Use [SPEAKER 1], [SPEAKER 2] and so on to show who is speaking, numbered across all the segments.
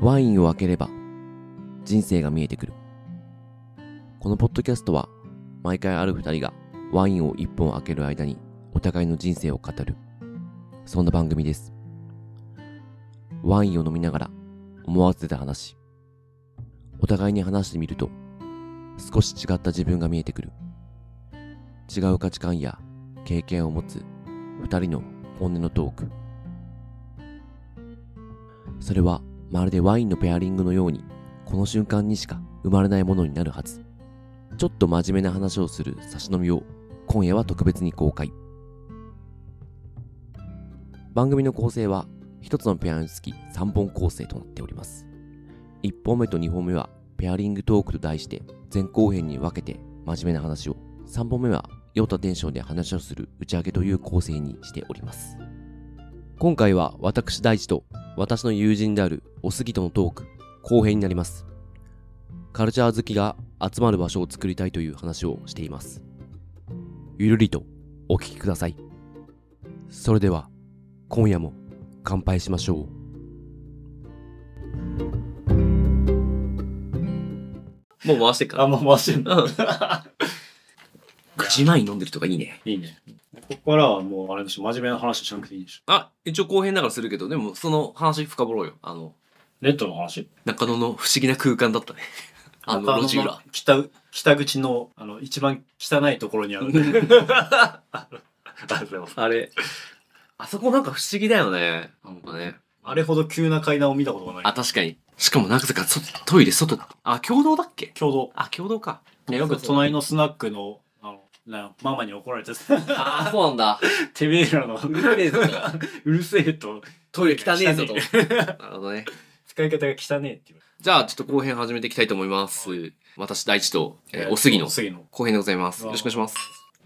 [SPEAKER 1] ワインを開ければ人生が見えてくる。このポッドキャストは毎回ある二人がワインを一本開ける間にお互いの人生を語る。そんな番組です。ワインを飲みながら思わせた話。お互いに話してみると少し違った自分が見えてくる。違う価値観や経験を持つ二人の本音のトーク。それはまるでワインのペアリングのようにこの瞬間にしか生まれないものになるはずちょっと真面目な話をする差し飲みを今夜は特別に公開番組の構成は一つのペアにつき3本構成となっております1本目と2本目はペアリングトークと題して前後編に分けて真面目な話を3本目はヨタテンションで話をする打ち上げという構成にしております今回は私大地と私の友人であるおすぎとのトーク後編になりますカルチャー好きが集まる場所を作りたいという話をしていますゆるりとお聞きくださいそれでは今夜も乾杯しましょうもう回してっから
[SPEAKER 2] あ、もう回してんだ。
[SPEAKER 1] 9時前に飲んでるとかいいね
[SPEAKER 2] いいね。ここからはもう、あれでしょ、真面目な話しなくていいでしょ。
[SPEAKER 1] あ一応後編だからするけどでもその話深掘ろうよあの
[SPEAKER 2] レッドの話
[SPEAKER 1] 中野の不思議な空間だったね あの路地裏
[SPEAKER 2] 北、北口の、あの、一番汚いところ にある。
[SPEAKER 1] あれ、あそこなんか不思議だよね。なんかね。
[SPEAKER 2] あれほど急な階段を見たことがな
[SPEAKER 1] あ、
[SPEAKER 2] い。
[SPEAKER 1] 確かに。しかもなんかそトイレ外だ。あ、共同だっけ
[SPEAKER 2] 共同。
[SPEAKER 1] あ、共同か。
[SPEAKER 2] ね、よく隣のスナックの、あの、なママに怒られてさ、
[SPEAKER 1] ああ、そうなんだ。
[SPEAKER 2] てめえらの、
[SPEAKER 1] うるせえぞと。
[SPEAKER 2] うるせえと、
[SPEAKER 1] トイレ汚ねえぞと
[SPEAKER 2] 汚。
[SPEAKER 1] なるほどね。
[SPEAKER 2] 使い方が汚ねえっていう。
[SPEAKER 1] じゃあ、ちょっと後編始めていきたいと思います。私、大地と、えーおすぎの
[SPEAKER 2] おすぎの。
[SPEAKER 1] 後編でございます。よろしくお願いします。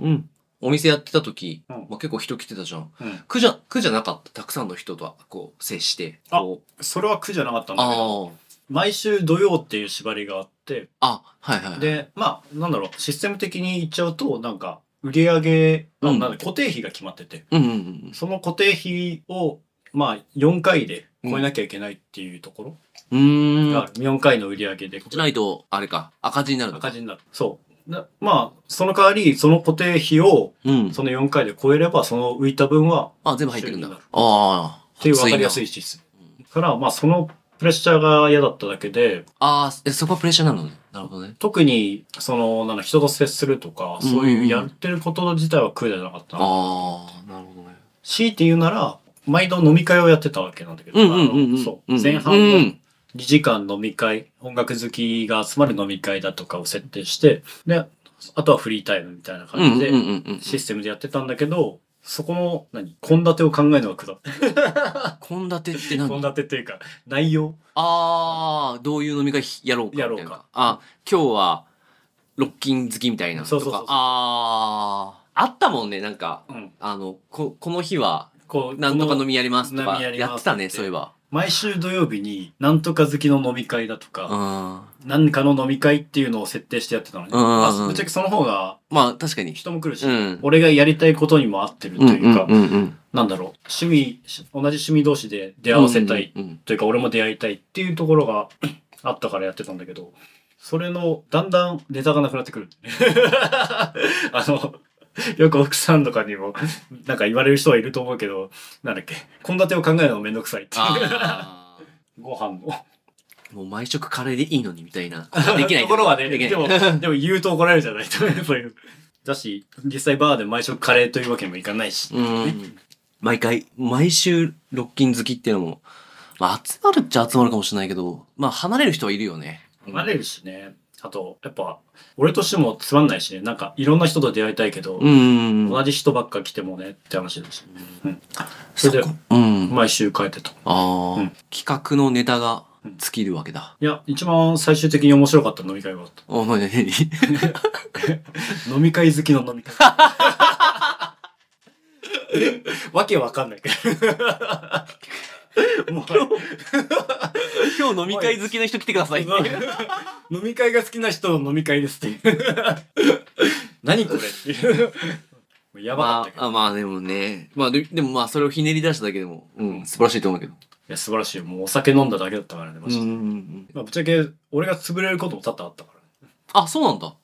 [SPEAKER 1] うん。お店やってた時、
[SPEAKER 2] うん
[SPEAKER 1] まあ、結構人来てたじゃん。
[SPEAKER 2] うん。
[SPEAKER 1] 苦じゃ、苦じゃなかった。たくさんの人とは、こう、接して。
[SPEAKER 2] あ
[SPEAKER 1] こう
[SPEAKER 2] それは苦じゃなかったんだけど、
[SPEAKER 1] あ
[SPEAKER 2] 毎週土曜っていう縛りがあって、
[SPEAKER 1] あ。あ、はいはい。、
[SPEAKER 2] で、まあ、なんだろう、システム的に言っちゃうと、なんか、売り上げ、あ
[SPEAKER 1] うん
[SPEAKER 2] なんだ固定費が決まってて、
[SPEAKER 1] うんうんうん
[SPEAKER 2] その固定費を、まあ、4回で超えなきゃいけないっていうとこ
[SPEAKER 1] うん。うー
[SPEAKER 2] ろ
[SPEAKER 1] ん。
[SPEAKER 2] がある。4回の売り上げで、
[SPEAKER 1] じゃないと、あれか、赤字になるのか。
[SPEAKER 2] 赤字になる。そう。なまあ、その代わり、その固定費を、
[SPEAKER 1] うん。
[SPEAKER 2] その4回で超えれば、その浮いた分は、
[SPEAKER 1] あ、全部入ってるんだ。
[SPEAKER 2] 収入にな
[SPEAKER 1] あ
[SPEAKER 2] る
[SPEAKER 1] あ。
[SPEAKER 2] っていう分かりやす
[SPEAKER 1] い
[SPEAKER 2] いシステ
[SPEAKER 1] な。うん
[SPEAKER 2] ム。から、まあ、そのプレッシャーが嫌だっただけで、
[SPEAKER 1] ああ、え、そこはプレッシャーなのね。なるほどね。
[SPEAKER 2] 特に、その、なんだ、人と接するとか、そう
[SPEAKER 1] うんうんう
[SPEAKER 2] い
[SPEAKER 1] ん
[SPEAKER 2] うやってること自体は苦じゃなかったな
[SPEAKER 1] ああ、なるほどね。
[SPEAKER 2] 強いて言うなら、毎度飲み会をやってたわけなんだけど、
[SPEAKER 1] うんうんうんう
[SPEAKER 2] あ
[SPEAKER 1] ん。
[SPEAKER 2] のそうう、
[SPEAKER 1] ん
[SPEAKER 2] 前半
[SPEAKER 1] う
[SPEAKER 2] の
[SPEAKER 1] ん。
[SPEAKER 2] 2時間飲み会、音楽好きが集まる飲み会だとかを設定して、で、あとはフリータイムみたいな
[SPEAKER 1] うんうん
[SPEAKER 2] 感じ
[SPEAKER 1] うんう
[SPEAKER 2] で、
[SPEAKER 1] んうん。
[SPEAKER 2] システムでやってたんだけど、そこの、何献立を考えるのが苦だった。
[SPEAKER 1] 献立って
[SPEAKER 2] 献
[SPEAKER 1] 何
[SPEAKER 2] 立っていうか、内容
[SPEAKER 1] ああ、どういう飲み会やろうか。
[SPEAKER 2] やろうか
[SPEAKER 1] みたいな。あ、今日は、ロッキン好きみたいな。
[SPEAKER 2] そうそうそうそう
[SPEAKER 1] とかああ、あったもんね、なんか。
[SPEAKER 2] うん。
[SPEAKER 1] あの、こ、この日は、
[SPEAKER 2] こう、
[SPEAKER 1] なんとか飲
[SPEAKER 2] み。
[SPEAKER 1] みやりますと
[SPEAKER 2] この
[SPEAKER 1] か、
[SPEAKER 2] 飲みやります
[SPEAKER 1] やってたね、
[SPEAKER 2] って
[SPEAKER 1] そういえば。
[SPEAKER 2] 毎週土曜日に、なんとか好きの飲み会だと
[SPEAKER 1] うん。
[SPEAKER 2] か、
[SPEAKER 1] ま
[SPEAKER 2] 何かの飲み会っていうのを設定してやってたのね。
[SPEAKER 1] うんうんうん
[SPEAKER 2] まあぶっちゃけその方が
[SPEAKER 1] あ、確かに。
[SPEAKER 2] 人も来るし、
[SPEAKER 1] うん
[SPEAKER 2] 俺がやりたいことにも合ってると
[SPEAKER 1] うん
[SPEAKER 2] いうか、
[SPEAKER 1] うんうん。
[SPEAKER 2] なんだろう、趣味、し同じ趣味同士で出会わせたい、
[SPEAKER 1] うんうんうん。
[SPEAKER 2] というか俺も出会いたいっていうところが あったからやってたんだけど、それの、だんだんネタがなくなってくるん だよね。あの、よく奥さんとかにも、なんか言われる人はいると思うけど、なんだっけ、献立を考えるのめんどくさいっていう。
[SPEAKER 1] ああ。
[SPEAKER 2] ご飯の。
[SPEAKER 1] もう毎食カレーでいいのにみたい な。できない。
[SPEAKER 2] ところはね、
[SPEAKER 1] できない。
[SPEAKER 2] でも、でも言うと怒られるじゃないそういう。だし、実際バーで毎食カレーというわけにもいかないし。
[SPEAKER 1] うん。毎回、毎週、ロッキン好きっていうのも、まあ、集まるっちゃ集まるかもしれないけど、まあ、離れる人はいるよね。
[SPEAKER 2] 離れるしね。あと、やっぱ、俺としてもつまんないしね。なんか、いろんな人と出会いたいけど、
[SPEAKER 1] うん。
[SPEAKER 2] 同じ人ばっか来てもねって話です。
[SPEAKER 1] そ
[SPEAKER 2] それ
[SPEAKER 1] こ
[SPEAKER 2] で。
[SPEAKER 1] うん。
[SPEAKER 2] 毎週変えてた。い
[SPEAKER 1] ああ、
[SPEAKER 2] うん
[SPEAKER 1] 企画のネタが尽きるわけだ。
[SPEAKER 2] や、一番最終的に面白かった飲み会があった。
[SPEAKER 1] お、なになに
[SPEAKER 2] 飲み会好きの飲み会。わけわかん ないけど。も
[SPEAKER 1] 今日飲み会好きな人来てください。
[SPEAKER 2] う、 飲み会が好きな人の飲み会ですっていう。 何これっていう。も うや
[SPEAKER 1] ま
[SPEAKER 2] ばかったけど。
[SPEAKER 1] あ、あまあでもね。まあで、でもまあ、それをひねり出しただけでも、うん、素晴らしいと思うけど。
[SPEAKER 2] や、素晴らしいよ。もうお酒飲んだだけだったからね、マ
[SPEAKER 1] うん
[SPEAKER 2] ジ
[SPEAKER 1] う
[SPEAKER 2] で。
[SPEAKER 1] んうん。
[SPEAKER 2] まあ、ぶっちゃけ、俺が潰れることも多々あったからね。
[SPEAKER 1] あ、そうなんだ。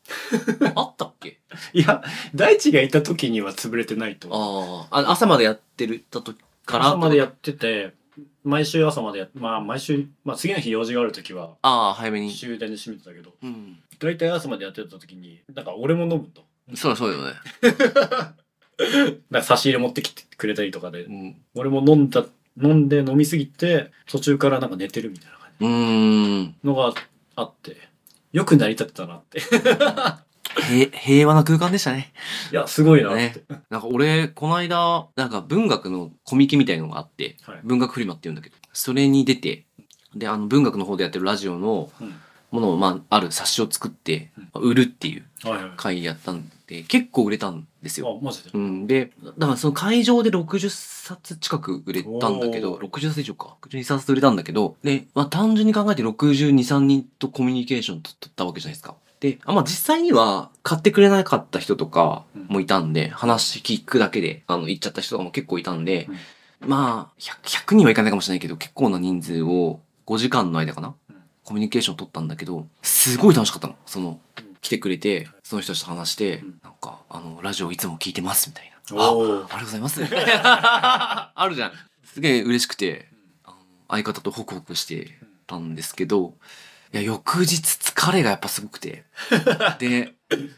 [SPEAKER 1] あったっけ
[SPEAKER 2] いや、大地がいた時には潰れてないと思う。
[SPEAKER 1] あーあ、朝までやってるた時から。
[SPEAKER 2] 朝までやってて、毎週朝までやっまあ毎週、まあ次の日用事がある時は、
[SPEAKER 1] ああ、早めに。
[SPEAKER 2] 終電で閉めてたけど、
[SPEAKER 1] うん。
[SPEAKER 2] 大体朝までやってた時に、なんか俺も飲むと。
[SPEAKER 1] そうだそうだよね。
[SPEAKER 2] なんか差し入れ持ってきてくれたりとかで
[SPEAKER 1] う、ん。
[SPEAKER 2] 俺も飲んだ、飲んで飲みすぎて、途中からなんか寝てるみたいな感
[SPEAKER 1] うーん。
[SPEAKER 2] じのがあって、よく成り立ってたなって。い
[SPEAKER 1] へ平和な空間でしたね。
[SPEAKER 2] や、 すごいなって。
[SPEAKER 1] ねなんか俺、この間、なんか文学のコミケみたいのがあって、
[SPEAKER 2] はい
[SPEAKER 1] 文学フリマって言うんだけど、それに出て、で、あの文学の方でやってるラジオの
[SPEAKER 2] うん
[SPEAKER 1] ものを、まあ、ある冊子を作って
[SPEAKER 2] うん、
[SPEAKER 1] 売るっていう
[SPEAKER 2] はいはい。あ、
[SPEAKER 1] 会やったんで、結構売れたんですよ。
[SPEAKER 2] マジで
[SPEAKER 1] う。ん、で、だからその会場で60冊近く売れたんだけど、
[SPEAKER 2] おー
[SPEAKER 1] 60冊以上か。62冊売れたんだけど、で、まあ単純に考えて62、3人とコミュニケーション取ったわけじゃないですか。で、あまあ実際には買ってくれなかった人とかもいたんで、話聞くだけで、あの、行っちゃった人とかも結構いたんで、まあ100、100人はいかないかもしれないけど、結構な人数を5時間の間かな
[SPEAKER 2] うん。
[SPEAKER 1] コミュニケーション取ったんだけど、すごい楽しかったの。その
[SPEAKER 2] うん、
[SPEAKER 1] 来てくれて、その人たちと話して
[SPEAKER 2] うん、
[SPEAKER 1] なんか、あの、ラジオいつも聞いてます、みたいな。あ、
[SPEAKER 2] お
[SPEAKER 1] ありがとうございます。 あるじゃん。すげえ嬉しくて、あの相方とホクホクしてたんですけど、いや、翌日疲れがやっぱすごく て。で、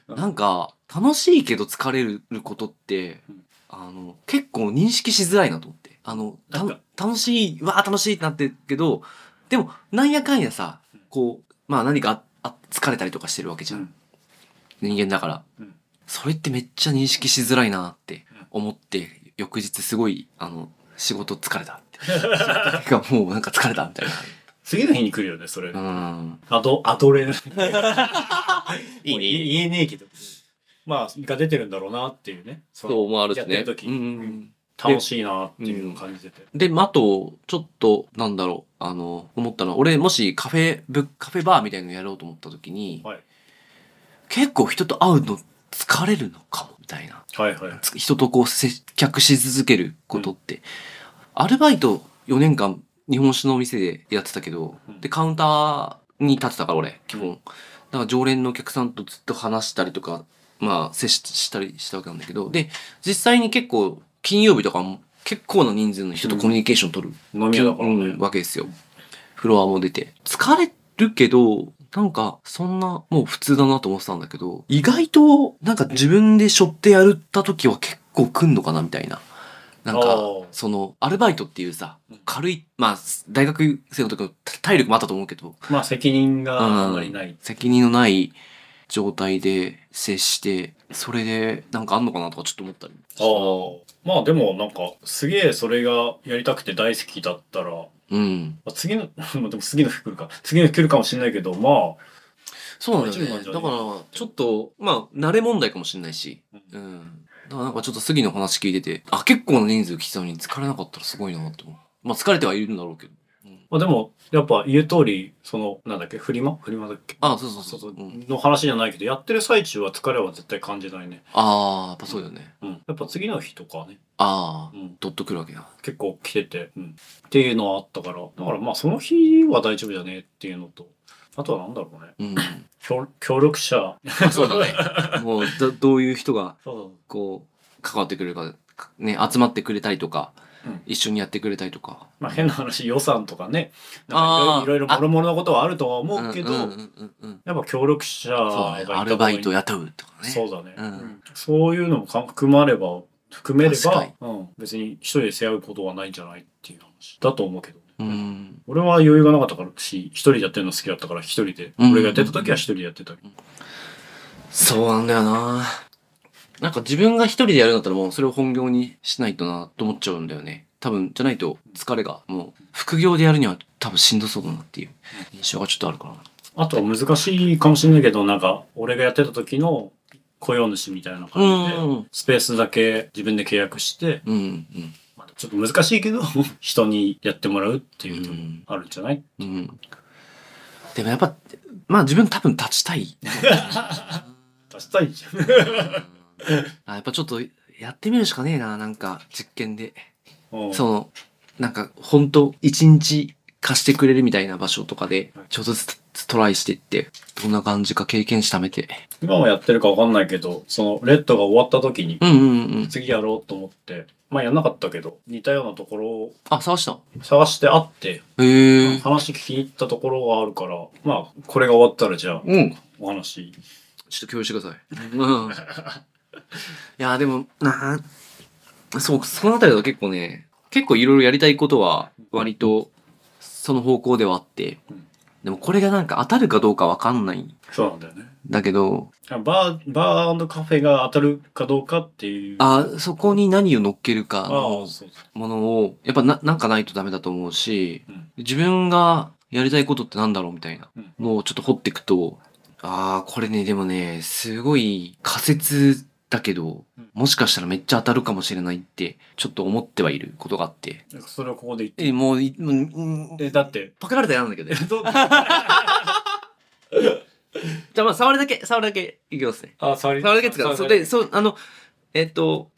[SPEAKER 1] なんか、楽しいけど疲れることって
[SPEAKER 2] うん、
[SPEAKER 1] あの、結構認識しづらいなと思って。あの、た
[SPEAKER 2] なんか
[SPEAKER 1] 楽しい、わあ楽しいってなってるけど、でも、なんやかんやさ
[SPEAKER 2] うん、
[SPEAKER 1] こう、まあ何かああ疲れたりとかしてるわけじゃん。
[SPEAKER 2] うん
[SPEAKER 1] 人間だから、
[SPEAKER 2] うん
[SPEAKER 1] それってめっちゃ認識しづらいなって思って、翌日すごい、あの、仕事疲れた って。てかもうなんか疲れたみたい
[SPEAKER 2] 次の日に来るよね、そ れ。
[SPEAKER 1] な。うん。
[SPEAKER 2] アド、アドレナリ ン。
[SPEAKER 1] いいね
[SPEAKER 2] もう言え言えねえけど。まあ、が出てるんだろうなっていうね。その
[SPEAKER 1] そう思われて
[SPEAKER 2] やって
[SPEAKER 1] ね
[SPEAKER 2] る。時
[SPEAKER 1] うんうん
[SPEAKER 2] 楽しいなっていうのを感じてて。
[SPEAKER 1] で、あと、ちょっと、なんだろう、あの、思ったのは、俺、もしカフェ、ブカフェバーみたいなのやろうと思った時に、
[SPEAKER 2] はい
[SPEAKER 1] 結構人と会うの疲れるのかも、みたいな。
[SPEAKER 2] はいはい。
[SPEAKER 1] つ人とこう接客し続けることって、アルバイト4年間日本酒のお店でやってたけど、
[SPEAKER 2] うん
[SPEAKER 1] でカウンターに立ってたから俺基本、だから常連のお客さんとずっと話したりとかまあ接ししたりしたわけなんだけどで実際に結構金曜日とかも結構な人数の人とコミュニケーション取る、
[SPEAKER 2] 飲み屋だから
[SPEAKER 1] う
[SPEAKER 2] ね
[SPEAKER 1] ん。わけですよフロアも出て疲れるけどなんかそんなもう普通だなと思ってたんだけど意外となんか自分で背負ってやった時は結構来んのかなみたいななん
[SPEAKER 2] あ
[SPEAKER 1] か
[SPEAKER 2] ー
[SPEAKER 1] そのアルバイトっていうさ
[SPEAKER 2] うん
[SPEAKER 1] 軽いまあ大学生の時の体力もあったと思うけど
[SPEAKER 2] まあ、責任があんまりな
[SPEAKER 1] う
[SPEAKER 2] い
[SPEAKER 1] ん。責任のない状態で接してそれでなんかあんのかなとかちょっと思ったり
[SPEAKER 2] あーまあ、でもなんか、すげえそれがやりたくて大好きだったら、ま
[SPEAKER 1] うん
[SPEAKER 2] あ次の、 まあでも次の日来るか。次の日来るかもしれないけど、ま
[SPEAKER 1] そうなんだ
[SPEAKER 2] 一部
[SPEAKER 1] よ
[SPEAKER 2] なん
[SPEAKER 1] ね。
[SPEAKER 2] じゃ
[SPEAKER 1] だか
[SPEAKER 2] ない
[SPEAKER 1] ら、ちょっと、まあ、慣れ問題かもしれないし。
[SPEAKER 2] う
[SPEAKER 1] うん。だからなんかちょっと杉の話聞いてて、あ、結構な人数来てたのに疲れなかったらすごいなって思う。まあ、疲れてはいるんだろうけど。うん
[SPEAKER 2] あ、まあでも、やっぱ言う通り、その、なんだっけ、フリマフリマだっけ
[SPEAKER 1] あ、そうそう
[SPEAKER 2] そ
[SPEAKER 1] そうう
[SPEAKER 2] そ
[SPEAKER 1] そう。
[SPEAKER 2] う
[SPEAKER 1] うん、
[SPEAKER 2] の話じゃないけど、やってる最中は疲れは絶対感じないね。
[SPEAKER 1] ああ、やっぱそうだよね。
[SPEAKER 2] うん。やっぱ次の日とかね、
[SPEAKER 1] あ
[SPEAKER 2] う
[SPEAKER 1] あ、
[SPEAKER 2] ん。
[SPEAKER 1] ドッとくるわけだ。
[SPEAKER 2] 結構来てて、うん、っていうのはあったからだからまあその日は大丈夫じゃねえっていうのとあとはなんだろうね
[SPEAKER 1] うん。
[SPEAKER 2] 協協力者
[SPEAKER 1] あそうだね。もうど、どういう人が、
[SPEAKER 2] そう
[SPEAKER 1] こう、関わってくれるか、かね、集まってくれたりとか、
[SPEAKER 2] うん
[SPEAKER 1] 一緒にやってくれたりとか。
[SPEAKER 2] まあ変な話予算とかねなん
[SPEAKER 1] あ
[SPEAKER 2] か
[SPEAKER 1] ー
[SPEAKER 2] いろいろいろもろもろなことはあるとは思うけ
[SPEAKER 1] う
[SPEAKER 2] ど、
[SPEAKER 1] んうんうんうん
[SPEAKER 2] やっぱ協力者
[SPEAKER 1] そうだ
[SPEAKER 2] がい
[SPEAKER 1] ね。
[SPEAKER 2] た
[SPEAKER 1] ア
[SPEAKER 2] 方がい
[SPEAKER 1] ル
[SPEAKER 2] い
[SPEAKER 1] バイト雇うとかね。
[SPEAKER 2] そうだね、
[SPEAKER 1] うん
[SPEAKER 2] そういうのもか含まれば含めれば
[SPEAKER 1] 確、
[SPEAKER 2] うん、別に一人で背負うことはないんじゃないっていう話だと思うけど、
[SPEAKER 1] うん。
[SPEAKER 2] 俺は余裕がなかったからし一人でやってるの好きだったから一人で、
[SPEAKER 1] うん
[SPEAKER 2] 俺がやってた時は一人でやってたけど
[SPEAKER 1] そうなんだよななんか自分が一人でやるんだったらもうそれを本業にしないとなと思っちゃうんだよね。多分、じゃないと疲れが、もう、副業でやるには多分しんどそうだなっていう印象がちょっとあるからな。
[SPEAKER 2] あとは難しいかもしれないけど、なんか、俺がやってた時の雇用主みたいな感じで、
[SPEAKER 1] うん
[SPEAKER 2] スペースだけ自分で契約して、
[SPEAKER 1] うん、うん、
[SPEAKER 2] まあちょっと難しいけど、 人にやってもらうって
[SPEAKER 1] う
[SPEAKER 2] いうのも
[SPEAKER 1] ん、
[SPEAKER 2] あるんじゃない、
[SPEAKER 1] うん。でもやっぱ、まあ自分多分立ちたい。
[SPEAKER 2] 出したいじゃん。
[SPEAKER 1] あやっぱちょっとやってみるしかねえな、なんか実験で。
[SPEAKER 2] うん
[SPEAKER 1] その、なんか本当一日貸してくれるみたいな場所とかで
[SPEAKER 2] はい、
[SPEAKER 1] ちょっとずつトライしていって、どんな感じか経験しためて。
[SPEAKER 2] 今はやってるかわかんないけど、そのレッドが終わった時に、
[SPEAKER 1] うんうんうん。
[SPEAKER 2] 次やろうと思って、まあやんなかったけど、似たようなところを
[SPEAKER 1] あ、探した。
[SPEAKER 2] 探してあって、
[SPEAKER 1] へえ。
[SPEAKER 2] 話聞きに行ったところがあるから、まあこれが終わったらじゃあ
[SPEAKER 1] うん。
[SPEAKER 2] お話。
[SPEAKER 1] ちょっと共有してください。うん。いや、でも、なあそう、そのあたりだと結構ね、結構いろいろやりたいことは、割と、その方向ではあって
[SPEAKER 2] うん、
[SPEAKER 1] でもこれがなんか当たるかどうかわかんないん
[SPEAKER 2] そうなんだよね。
[SPEAKER 1] だけど、
[SPEAKER 2] バー、バーカフェが当たるかどうかっていう。
[SPEAKER 1] あ、そこに何を乗っけるか
[SPEAKER 2] あ
[SPEAKER 1] の
[SPEAKER 2] あ、そうそう。
[SPEAKER 1] ものを、やっぱな、なんかないとダメだと思うし、
[SPEAKER 2] うん
[SPEAKER 1] 自分がやりたいことってなんだろうみたいな
[SPEAKER 2] うん
[SPEAKER 1] のをちょっと掘っていくと、ああ、これね、でもね、すごい仮説だけど
[SPEAKER 2] うん、
[SPEAKER 1] もしかしたらめっちゃ当たるかもしれないって、ちょっと思ってはいることがあって。
[SPEAKER 2] なんかそれをここで言って。
[SPEAKER 1] え、もう、いもううん
[SPEAKER 2] え、だ って、
[SPEAKER 1] パクられたら嫌なんだけどね。
[SPEAKER 2] どう
[SPEAKER 1] じゃあまあ、触るだけ、触るだけいきますね。
[SPEAKER 2] あ、触り
[SPEAKER 1] 触るだけですから、そ
[SPEAKER 2] 触
[SPEAKER 1] れ
[SPEAKER 2] り
[SPEAKER 1] で、そう、あの、えっ、と、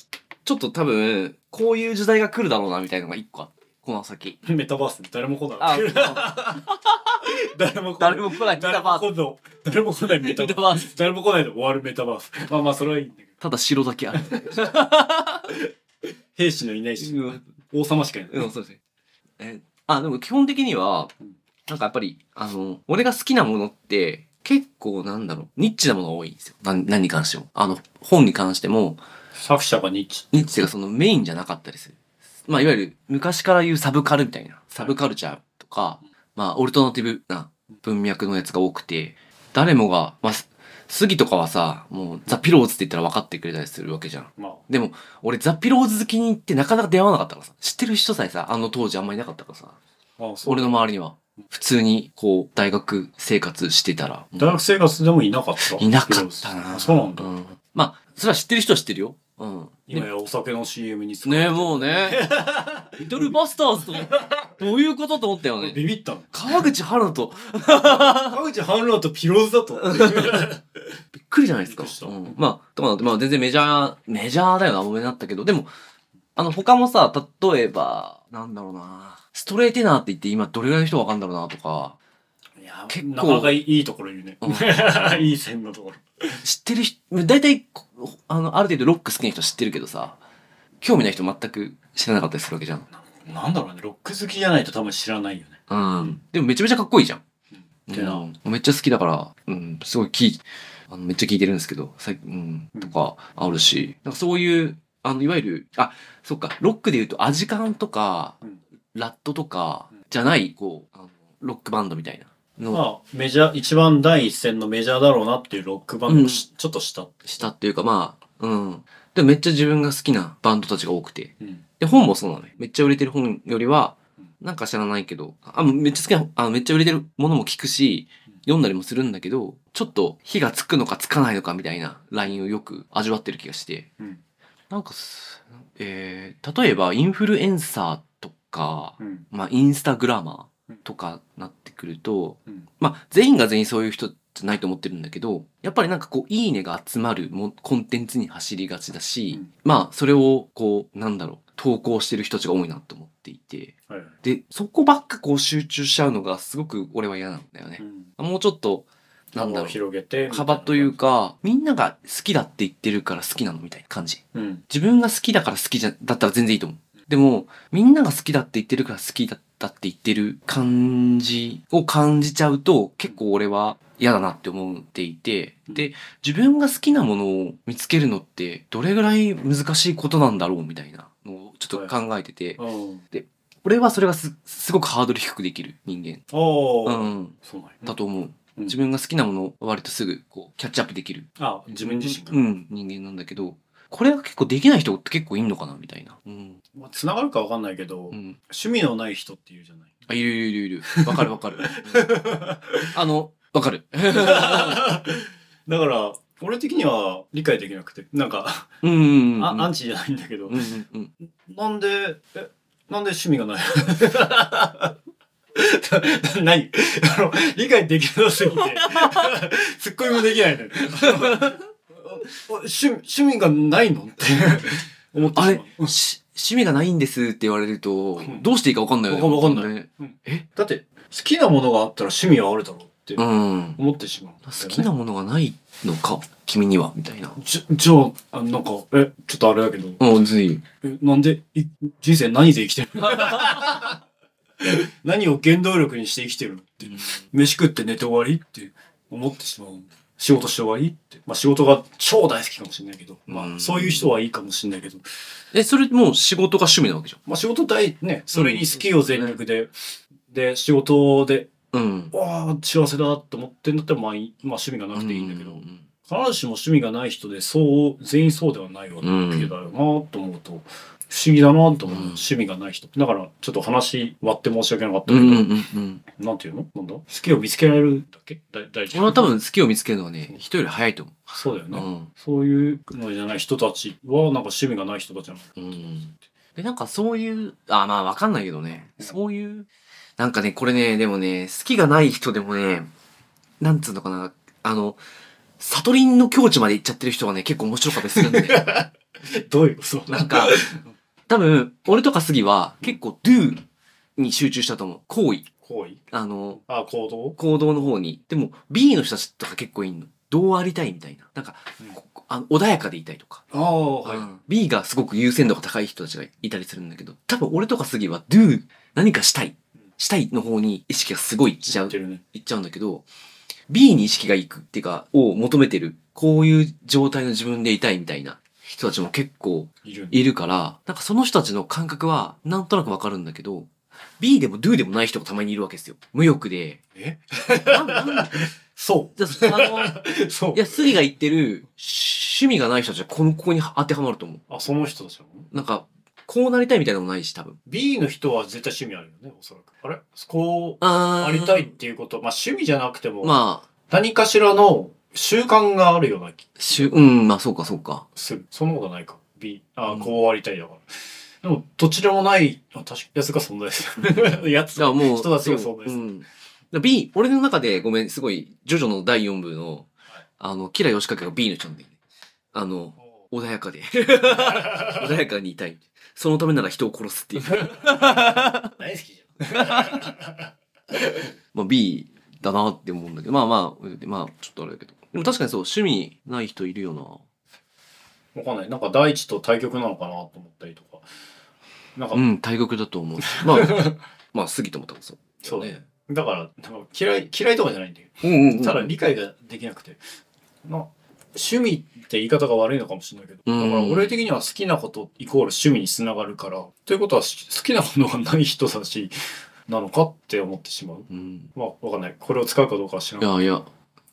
[SPEAKER 1] ちょっと多分、こういう時代が来るだろうな、みたいなのが一個あって、この先。
[SPEAKER 2] メタバースで誰も来ない。
[SPEAKER 1] あ
[SPEAKER 2] 誰も来ない。
[SPEAKER 1] 誰も来ない、メ
[SPEAKER 2] 誰
[SPEAKER 1] タ
[SPEAKER 2] も
[SPEAKER 1] バー
[SPEAKER 2] 来ない。誰も来ないメ
[SPEAKER 1] ス。
[SPEAKER 2] タ
[SPEAKER 1] メ
[SPEAKER 2] バ
[SPEAKER 1] タ
[SPEAKER 2] ー
[SPEAKER 1] バース。
[SPEAKER 2] ス。誰も来ないで終わるメタバース。まあまあ、それはいいんだけど。
[SPEAKER 1] ただ城だけ ある。
[SPEAKER 2] 兵士のいないし、王様しかいない。
[SPEAKER 1] うん、そうですね。え、あ、でも基本的には
[SPEAKER 2] うん、
[SPEAKER 1] なんかやっぱり、あの、俺が好きなものって、結構なんだろう、ニッチなものが多いんですよ。何、何に関しても。あの、本に関しても、
[SPEAKER 2] 作者がニッチ。
[SPEAKER 1] ニッチがそのメインじゃなかったりする。まあ、いわゆる昔から言うサブカルみたいな。サブカルチャーとか、まあ、オルタナティブな文脈のやつが多くて、誰もが、まあ、す杉とかはさ、もうザ・ピローズって言ったら分かってくれたりするわけじゃん。
[SPEAKER 2] まあ、
[SPEAKER 1] でも、俺ザ・ピローズ好きに行ってなかなか出会わなかったからさ、知ってる人さえさ、あの当時あんまりいなかったからさ、
[SPEAKER 2] ああそう
[SPEAKER 1] 俺の周りには、普通にこう、大学生活してたら、
[SPEAKER 2] 大学生活でもいなかった。
[SPEAKER 1] いなかったな
[SPEAKER 2] そうなんだ。
[SPEAKER 1] うんまあ、それは知ってる人は知ってるよ。うん。
[SPEAKER 2] 今
[SPEAKER 1] ね
[SPEAKER 2] やお酒の CM に使う
[SPEAKER 1] ねもう ね、リトルバスターズと、どういうことと思ったよね。
[SPEAKER 2] ビビったの。
[SPEAKER 1] 川口春奈と、
[SPEAKER 2] 川口反乱とピローズ だと。
[SPEAKER 1] びっくりじゃないですか
[SPEAKER 2] びっくりし。た
[SPEAKER 1] うん、まあ、とかなって、まあ全然メジャー、メジャーだよな、上になったけど、でも、あの、他もさ、例えば、なんだろうな、ストレーテナーって言って今どれぐらいの人がわかんだろうな、とか、
[SPEAKER 2] いや
[SPEAKER 1] 結構
[SPEAKER 2] なかなかいいところいるね
[SPEAKER 1] うん。
[SPEAKER 2] いい線のところ。
[SPEAKER 1] 知ってる人、大体、こあの、ある程度ロック好きな人は知ってるけどさ、興味ない人全く知らなかったりするわけじゃん。
[SPEAKER 2] なんだろうね、ロック好きじゃないと多分知らないよね。
[SPEAKER 1] うん。でもめちゃめちゃかっこいいじゃん。
[SPEAKER 2] うんってな
[SPEAKER 1] うんめっちゃ好きだから、うん、すごい聞い、あのめっちゃ聞いてるんですけど、最うん、とかあるし、なんかそういう、あの、いわゆる、あ、そっか、ロックで言うとアジカンとか、
[SPEAKER 2] うん
[SPEAKER 1] ラットとか
[SPEAKER 2] うん、
[SPEAKER 1] じゃない、こう、あのロックバンドみたいなのを
[SPEAKER 2] まあ、メジャー、一番第一線のメジャーだろうなっていうロックバンドをしちょっとした。
[SPEAKER 1] したっていうか、まあ、うん。でもめっちゃ自分が好きなバンドたちが多くて、
[SPEAKER 2] うん。
[SPEAKER 1] で、本もそうなのよ。めっちゃ売れてる本よりは
[SPEAKER 2] うん、
[SPEAKER 1] なんか知らないけど、あ、めっちゃ好きな、あめっちゃ売れてるものも聞くし
[SPEAKER 2] うん、
[SPEAKER 1] 読んだりもするんだけど、ちょっと火がつくのかつかないのかみたいなラインをよく味わってる気がして、
[SPEAKER 2] うん。
[SPEAKER 1] なんかす、えー、例えばインフルエンサーとか、
[SPEAKER 2] うん。
[SPEAKER 1] まあ、インスタグラマーとかなってくると、
[SPEAKER 2] うん
[SPEAKER 1] まあ、全員が全員そういう人じゃないと思ってるんだけど、やっぱりなんかこう、いいねが集まるもコンテンツに走りがちだし、
[SPEAKER 2] うん
[SPEAKER 1] まあ、それをこう、なんだろう、投稿してる人たちが多いなと思っていて、
[SPEAKER 2] はいはい。
[SPEAKER 1] で、そこばっかこう集中しちゃうのがすごく俺は嫌なんだよね。もうちょっと、なんだ
[SPEAKER 2] 幅
[SPEAKER 1] ろ
[SPEAKER 2] を
[SPEAKER 1] う、
[SPEAKER 2] 広げて。
[SPEAKER 1] 幅という。か、みんなが好きだって言ってるから好きなのみたいな感じ。
[SPEAKER 2] うん。
[SPEAKER 1] 自分が好きだから好きじゃ、だったら全然いいと思う。でも、みんなが好きだって言ってるから好きだったって言ってる感じを感じちゃうと、結構俺は嫌だなって思っていて、
[SPEAKER 2] うん
[SPEAKER 1] で、自分が好きなものを見つけるのって、どれぐらい難しいことなんだろうみたいなのをちょっと考えてて、
[SPEAKER 2] うん。
[SPEAKER 1] 俺はそれがす、すごくハードル低くできる人間。
[SPEAKER 2] お
[SPEAKER 1] う
[SPEAKER 2] ー。
[SPEAKER 1] ん。
[SPEAKER 2] そうなんや
[SPEAKER 1] だと思う。
[SPEAKER 2] うん
[SPEAKER 1] 自分が好きなものを割とすぐ、こう、キャッチアップできる。
[SPEAKER 2] あ、自分自身
[SPEAKER 1] う
[SPEAKER 2] が。
[SPEAKER 1] ん、人間なんだけど、これが結構できない人って結構いんのかなみたいな。うん。
[SPEAKER 2] まあ繋がるかわかんないけど、
[SPEAKER 1] うん。
[SPEAKER 2] 趣味のない人っていうじゃない。
[SPEAKER 1] あ、いるいるいるいる。わかるわ かる。うんあの、わかる。
[SPEAKER 2] だから、俺的には理解できなくて、なんか、
[SPEAKER 1] うんうんうん。
[SPEAKER 2] あアンチじゃないんだけど
[SPEAKER 1] う、んうんうん。
[SPEAKER 2] なんで、え、なんで趣味がない な何あの、理解できなすぎて、ツ ッコミもできないのよ。あのおお趣味趣味がないのって。思って
[SPEAKER 1] あ
[SPEAKER 2] し
[SPEAKER 1] れ
[SPEAKER 2] まう。
[SPEAKER 1] し趣味がないんですって言われると
[SPEAKER 2] ん、
[SPEAKER 1] どうしていいかわかんないよね。
[SPEAKER 2] わかんわかん
[SPEAKER 1] ない。
[SPEAKER 2] だって、好きなものがあったら趣味はあるだろうって
[SPEAKER 1] うん。
[SPEAKER 2] 思ってしまう、
[SPEAKER 1] 好きなものがないのか、君には、みたいな。
[SPEAKER 2] じゃ、じゃあ、あなんか、え、ちょっとあれだけど、
[SPEAKER 1] うん、ずい。
[SPEAKER 2] えなんで、い人生何で生き てるの何を原動力にして生きてるのって。飯食って寝て終わりって思ってしまう。仕事して終わりって。まあ仕事が超大好きかもしれないけど、ま
[SPEAKER 1] う
[SPEAKER 2] あ
[SPEAKER 1] ん
[SPEAKER 2] そういう人はいいかもしれないけど、
[SPEAKER 1] え、それもう仕事が趣味なわけじ
[SPEAKER 2] まあ仕事大、ね、それに好きを全力で、で、仕事で、
[SPEAKER 1] ゃん。うん。
[SPEAKER 2] わあ、幸せだなって思ってんだったら、まあいい、まあ趣味がなくていいんだけど、必ずしも趣味がない人で、そう、全員そうではないわけだよなと思うと、不思議だなと思う、
[SPEAKER 1] うん
[SPEAKER 2] 趣味がない人。だから、ちょっと話割って申し訳なかった
[SPEAKER 1] うん
[SPEAKER 2] け
[SPEAKER 1] う
[SPEAKER 2] ど、
[SPEAKER 1] んうんうん。
[SPEAKER 2] なんていうのなんだ好きを見つけられるだっけだ大事
[SPEAKER 1] 俺は多分好きを見つけるのはね、人より早いと思
[SPEAKER 2] そうだよ
[SPEAKER 1] う。
[SPEAKER 2] ね、
[SPEAKER 1] うん。
[SPEAKER 2] そういうのじゃない人たちは、なんか趣味がない人たちなの。
[SPEAKER 1] うん。で、なんかそういう、あ、まあわかんないけどね。
[SPEAKER 2] うん
[SPEAKER 1] そういう、なんかね、これね、でもね、好きがない人でもね、なんつうのかな、あの、悟りの境地まで行っちゃってる人がね、結構面白かったり するんで。
[SPEAKER 2] どういうこと
[SPEAKER 1] なんか、多分、俺とか杉は結構 do に集中したと思う。行為。
[SPEAKER 2] 行為
[SPEAKER 1] あの、
[SPEAKER 2] あ、行動
[SPEAKER 1] 行動の方に。でも、B の人たちとか結構いんの。どうありたいみたいな。なんか、
[SPEAKER 2] うん
[SPEAKER 1] こあの穏やかでいたいとか、
[SPEAKER 2] ああ、はい。
[SPEAKER 1] うん B がすごく優先度が高い人たちがいたりするんだけど、多分俺とか杉は do 何かしたい。したいの方に意識がすごいいっちゃ
[SPEAKER 2] 言
[SPEAKER 1] う
[SPEAKER 2] って。るね。
[SPEAKER 1] いっちゃうんだけど、B に意識がいくっていうか、を求めてる。こういう状態の自分でいたいみたいな人たちも結構
[SPEAKER 2] いるね。
[SPEAKER 1] いるから、なんかその人たちの感覚はなんとなくわかるんだけど、B でも Do でもない人がたまにいるわけですよ。無欲で。
[SPEAKER 2] え
[SPEAKER 1] なんなん
[SPEAKER 2] そ
[SPEAKER 1] じゃあ、あ
[SPEAKER 2] う。そう
[SPEAKER 1] の、い。や、杉が言ってる趣味がない人たちはこの、ここに当てはまると思
[SPEAKER 2] あ、その人たちなの
[SPEAKER 1] う。なんか、こうなりたいみたいなのもないし、多分。
[SPEAKER 2] B の人は絶対趣味あるよね、おそらく。あれこう、
[SPEAKER 1] あー
[SPEAKER 2] ありたいっ。ていうこと、まあ趣味じゃなくても、
[SPEAKER 1] まあ、
[SPEAKER 2] 何かしらの習慣があるような気
[SPEAKER 1] しゅ、うん、まあそうかそうか。
[SPEAKER 2] する。そんなことないか。B、あ
[SPEAKER 1] うん
[SPEAKER 2] こうありたいだから。でも、どちらもない、あ、確かやつが存在する。 やつ
[SPEAKER 1] だからもう、
[SPEAKER 2] 人たちがそうです。
[SPEAKER 1] ん。だから B、俺の中でごめん、すごい、ジョジョの第4部の、あの、キラヨシカケが B の人なんだよね。あの、穏やか で。穏やかにいたい。そのためなら人を殺すって いう。
[SPEAKER 2] 大好きじ
[SPEAKER 1] まあ B だなって思うんだけど、まあまあ、まあちょっとあれだけど。でも確かにそう、趣味ない人いるよな。
[SPEAKER 2] ゃん。わかんない。なんか第一と対極なのかなと思ったりとか。なんか、
[SPEAKER 1] うん、大国だと思う。 まあ、まあ、過ぎても多分そう。
[SPEAKER 2] そうね。。だから、なんか嫌い、嫌いとかじゃないんだよ。
[SPEAKER 1] うんうん、うん。
[SPEAKER 2] ただ理解ができなくて、な趣味って言い方が悪いのかもしれないけど、
[SPEAKER 1] うん
[SPEAKER 2] だから俺的には好きなことイコール趣味につながるから、ということはし好きなものがない人たちなのかって思ってしまう。
[SPEAKER 1] うん。
[SPEAKER 2] まあ、わかんない。これを使うかどうかは知ら
[SPEAKER 1] い
[SPEAKER 2] ない。
[SPEAKER 1] やいや、わ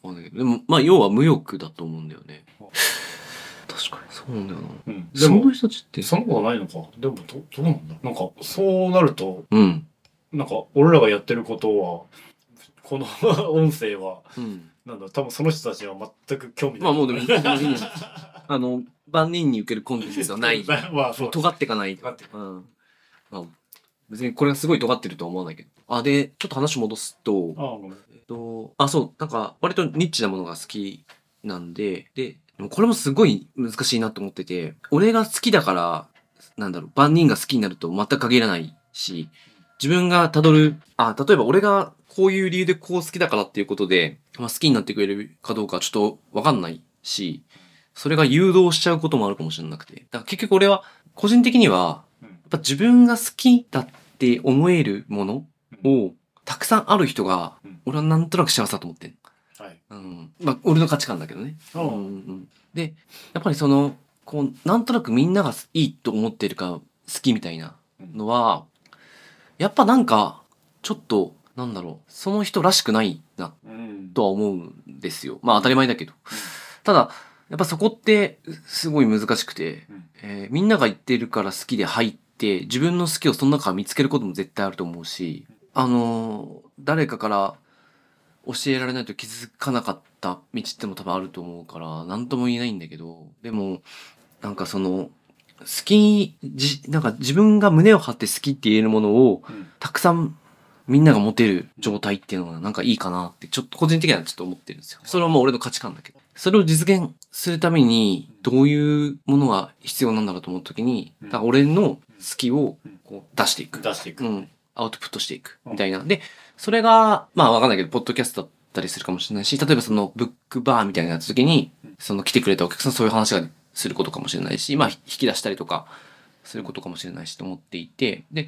[SPEAKER 1] かんないけどでも、まあ、要は無欲だと思うんだよね
[SPEAKER 2] あ。
[SPEAKER 1] 確かに、そうなんだよな。
[SPEAKER 2] うん、で
[SPEAKER 1] そ
[SPEAKER 2] も
[SPEAKER 1] の、人たちって。
[SPEAKER 2] そんなことないのか。でもど、どうなんだなんか、そうなると、
[SPEAKER 1] うん。
[SPEAKER 2] なんか、俺らがやってることは、この 音声は、
[SPEAKER 1] うん。
[SPEAKER 2] なんだ、多分その人たちは全く興味ない。
[SPEAKER 1] まあもうでも、 あの、万人に受けるコンテンツではない。
[SPEAKER 2] まあまあ、 そう。
[SPEAKER 1] 尖ってかない。
[SPEAKER 2] 尖ってか
[SPEAKER 1] うん。まあ、別にこれがすごい尖ってるとは思わないけど。あ、で、ちょっと話戻すと、
[SPEAKER 2] ああ、ごめん。
[SPEAKER 1] えっと、あ、そう、なんか、割とニッチなものが好きなんで、で、でもこれもすごい難しいなと思ってて、俺が好きだから、なんだろう、万人が好きになると全く限らないし、自分が辿る、あ、例えば俺がこういう理由でこう好きだからっていうことで、まあ、好きになってくれるかどうかはちょっとわかんないし、それが誘導しちゃうこともあるかもしれなくて。だから結局俺は、個人的には、
[SPEAKER 2] うん
[SPEAKER 1] やっぱ自分が好きだって思えるものを、たくさんある人が
[SPEAKER 2] うん、
[SPEAKER 1] 俺はなんとなく幸せだと思ってん。
[SPEAKER 2] はい。
[SPEAKER 1] うん。まあ、俺の価値観だけどね。
[SPEAKER 2] ああ
[SPEAKER 1] うんうんうんで、やっぱりその、こう、なんとなくみんながいいと思ってるか、好きみたいなのは、やっぱなんか、ちょっと、なんだろう、その人らしくないな、
[SPEAKER 2] うん。
[SPEAKER 1] とは思うんですよ。まあ当たり前だけど。ただ、やっぱそこって、すごい難しくて、
[SPEAKER 2] うん
[SPEAKER 1] えーみんなが言ってるから好きで入って、自分の好きをその中から見つけることも絶対あると思うし、あのー誰かから教えられないと気づかなかった道っても多分あると思うから、なんとも言えないんだけど、でも、なんかその、好き、じ、なんか自分が胸を張って好きって言えるものを、
[SPEAKER 2] うん
[SPEAKER 1] たくさんみんなが持てる状態っていうのがなんかいいかなって、ちょっと個人的にはちょっと思ってるんですよ。それはもう俺の価値観だけど。それを実現するために、どういうものが必要なんだろうと思うときに、
[SPEAKER 2] うん
[SPEAKER 1] だから俺の好きを
[SPEAKER 2] うん
[SPEAKER 1] こう出していく。
[SPEAKER 2] 出していく。
[SPEAKER 1] うん。アウトプットしていく。みたいな。で、それが、まあわかんないけど、ポッドキャストだったりするかもしれないし、例えばそのブックバーみたいなやった時に
[SPEAKER 2] うん、
[SPEAKER 1] その来てくれたお客さんそういう話がすることかもしれないし、まあひ引き出したりとか、そういうことかもしれないしと思っていて、で、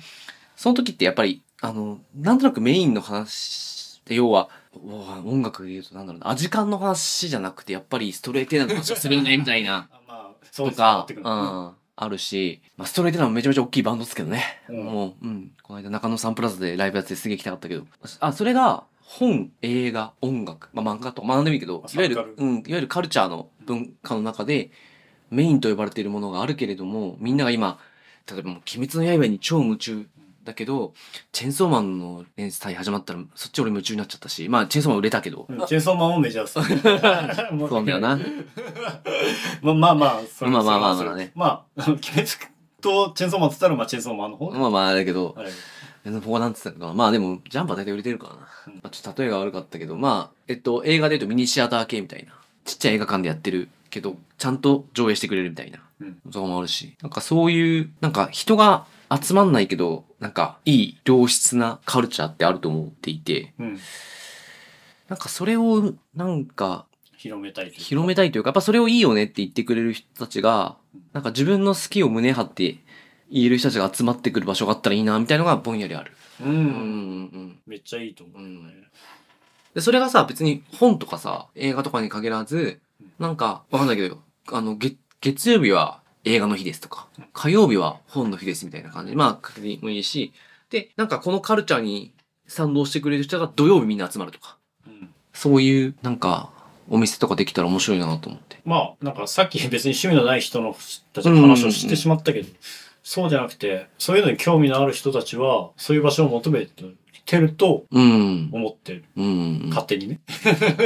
[SPEAKER 1] その時ってやっぱり、あの、なんとなくメインの話って要は、うわ音楽で言うとなんだろうな、アジカンの話じゃなくて、やっぱりストレートな話をするね、みたいな。
[SPEAKER 2] あまあ、 そう
[SPEAKER 1] と
[SPEAKER 2] です
[SPEAKER 1] か、
[SPEAKER 2] ね
[SPEAKER 1] う
[SPEAKER 2] な
[SPEAKER 1] ん、
[SPEAKER 2] っ
[SPEAKER 1] あるし、まあ、ストレートなのめちゃめちゃ大きいバンドですけどね。
[SPEAKER 2] うん
[SPEAKER 1] もう、うん。この間中野サンプラザでライブやってすげえ行きたかったけど。あ、それが、本、映画、音楽、まあ、漫画とか、まあ、何でもいいけど
[SPEAKER 2] ま、あ
[SPEAKER 1] いわゆ
[SPEAKER 2] サブカ
[SPEAKER 1] る
[SPEAKER 2] ル、
[SPEAKER 1] うん、いわゆるカルチャーの文化の中で、メインと呼ばれているものがあるけれども、みんなが今、例えばもう、鬼滅の刃に超夢中だけど、チェンソーマンの連載始まったら、そっち俺夢中になっちゃったし、まあ、チェンソーマン売れたけど、
[SPEAKER 2] てくるうんチェンソーマンもメジャー ですね。も
[SPEAKER 1] そうだよな。
[SPEAKER 2] まあまあまあ、そ
[SPEAKER 1] まあ
[SPEAKER 2] そ
[SPEAKER 1] まあまあ
[SPEAKER 2] それ
[SPEAKER 1] まあね
[SPEAKER 2] まあ、鬼滅とチェンソーマンって言ったら、まあ、チェンソーマンの方
[SPEAKER 1] まあまあ、だけど、
[SPEAKER 2] あれ
[SPEAKER 1] ここなんつったのか。まあでも、ジャンプは大体売れてるからな。
[SPEAKER 2] うん
[SPEAKER 1] まあちょっと例えが悪かったけど、まあ、えっと、映画で言うとミニシアター系みたいな。ちっちゃい映画館でやってるけど、ちゃんと上映してくれるみたいな。
[SPEAKER 2] うん
[SPEAKER 1] とかもあるし。なんかそういう、なんか人が集まんないけど、なんかいい良質なカルチャーってあると思っていて、
[SPEAKER 2] うん。
[SPEAKER 1] なんかそれを、なんか、
[SPEAKER 2] 広めたりというか
[SPEAKER 1] 広めたいというか、やっぱそれをいいよねって言ってくれる人たちが、なんか自分の好きを胸張って言える人たちが集まってくる場所があったらいいな、みたいなのがぼんやりある。
[SPEAKER 2] うん
[SPEAKER 1] うんうんうん。
[SPEAKER 2] めっちゃいいと思
[SPEAKER 1] う
[SPEAKER 2] う、
[SPEAKER 1] んで、それがさ、別に本とかさ、映画とかに限らず、なんか、わかんないけど、あの、月、月曜日は映画の日ですとか、火曜日は本の日ですみたいな感じで、まあ、確認もいいし、で、なんかこのカルチャーに賛同してくれる人が土曜日みんな集まるとか、
[SPEAKER 2] うん
[SPEAKER 1] そういう、なんか、お店とかできたら面白いなと思って。
[SPEAKER 2] まあなんかさっき別に趣味のない人のたちの話をしてしまったけど、そうじゃなくてそういうのに興味のある人たちはそういう場所を求めてると
[SPEAKER 1] うん。
[SPEAKER 2] 思ってる
[SPEAKER 1] うんうん。
[SPEAKER 2] 勝手にね。